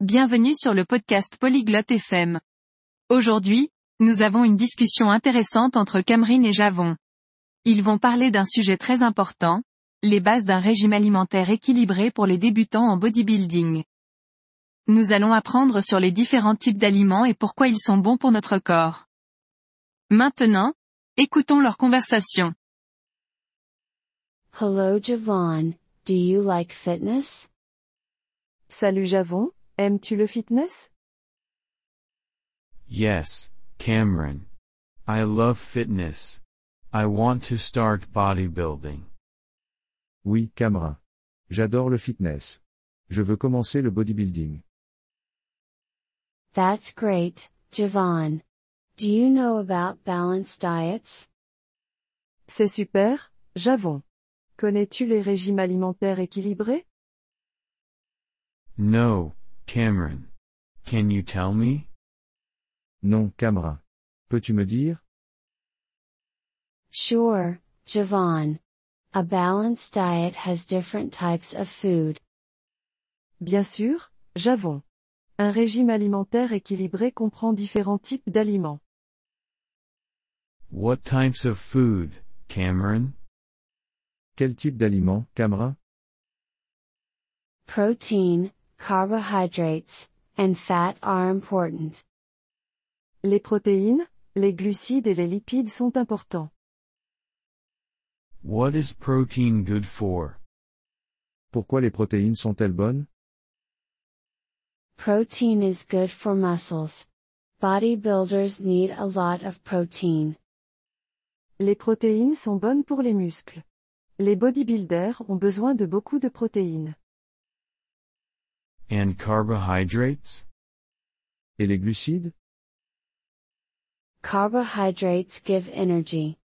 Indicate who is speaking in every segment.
Speaker 1: Bienvenue sur le podcast Polyglotte FM. Aujourd'hui, nous avons une discussion intéressante entre Camerine et Javon. Ils vont parler d'un sujet très important, les bases d'un régime alimentaire équilibré pour les débutants en bodybuilding. Nous allons apprendre sur les différents types d'aliments et pourquoi ils sont bons pour notre corps. Maintenant, écoutons leur conversation.
Speaker 2: Hello Javon, do you like fitness?
Speaker 3: Salut Javon, aimes-tu le fitness?
Speaker 4: Yes, Cameron. I love fitness. I want to start bodybuilding.
Speaker 5: Oui, Cameron. J'adore le fitness. Je veux commencer le bodybuilding.
Speaker 2: That's great, Javon. Do you know about balanced diets?
Speaker 3: C'est super, Javon. Connais-tu les régimes alimentaires équilibrés?
Speaker 4: No, Cameron. Can you tell me?
Speaker 5: Non, Cameron. Peux-tu me dire?
Speaker 2: Sure, Javon. A balanced diet has different types of food.
Speaker 3: Bien sûr, Javon. Un régime alimentaire équilibré comprend différents types d'aliments.
Speaker 4: What types of food, Cameron?
Speaker 5: Quel type d'aliments, Cameron?
Speaker 2: Protein, carbohydrates, and fat are important.
Speaker 3: Les protéines, les glucides et les lipides sont importants.
Speaker 4: What is protein good for?
Speaker 5: Pourquoi les protéines sont-elles bonnes?
Speaker 2: Protein is good for muscles. Bodybuilders need a lot of protein.
Speaker 3: Les protéines sont bonnes pour les muscles. Les bodybuilders ont besoin de beaucoup de protéines.
Speaker 4: And carbohydrates?
Speaker 5: Et les glucides?
Speaker 2: Carbohydrates give energy.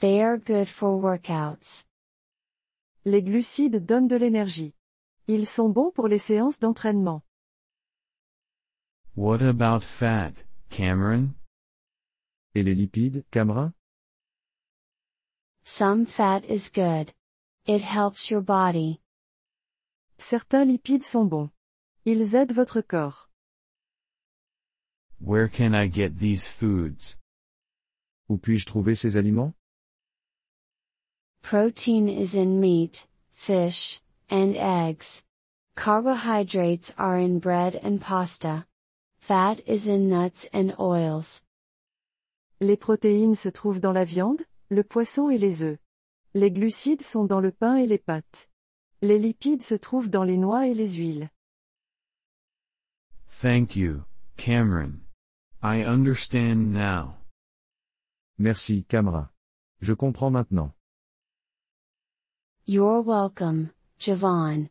Speaker 2: They are good for workouts.
Speaker 3: Les glucides donnent de l'énergie. Ils sont bons pour les séances d'entraînement.
Speaker 4: What about fat, Cameron?
Speaker 5: Et les lipides, Cameron?
Speaker 2: Some fat is good. It helps your body.
Speaker 3: Certains lipides sont bons. Ils aident votre corps.
Speaker 4: Where can I get these foods?
Speaker 5: Où puis-je trouver ces aliments?
Speaker 2: Protein is in meat, fish, and eggs. Carbohydrates are in bread and pasta. Fat is in nuts and oils.
Speaker 3: Les protéines se trouvent dans la viande, le poisson et les œufs. Les glucides sont dans le pain et les pâtes. Les lipides se trouvent dans les noix et les huiles.
Speaker 4: Thank you, Cameron. I understand now.
Speaker 5: Merci, Cameron. Je comprends maintenant.
Speaker 2: You're welcome, Javon.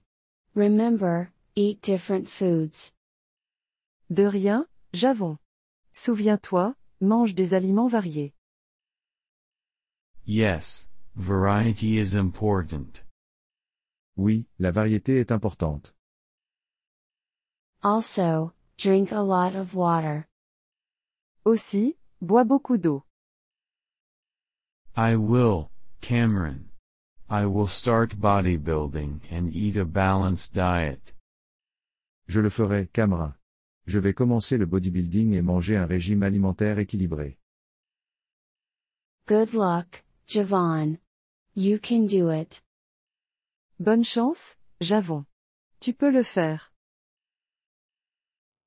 Speaker 2: Remember, eat different foods.
Speaker 3: De rien, Javon. Souviens-toi, mange des aliments variés.
Speaker 4: Yes, variety is important.
Speaker 5: Oui, la variété est importante.
Speaker 2: Also, drink a lot of water.
Speaker 3: Aussi, bois beaucoup d'eau.
Speaker 4: I will, Cameron. I will start bodybuilding and eat a balanced diet.
Speaker 5: Je le ferai, Cameron. Je vais commencer le bodybuilding et manger un régime alimentaire équilibré.
Speaker 2: Good luck, Javon. You can do it.
Speaker 3: Bonne chance, Javon. Tu peux le faire.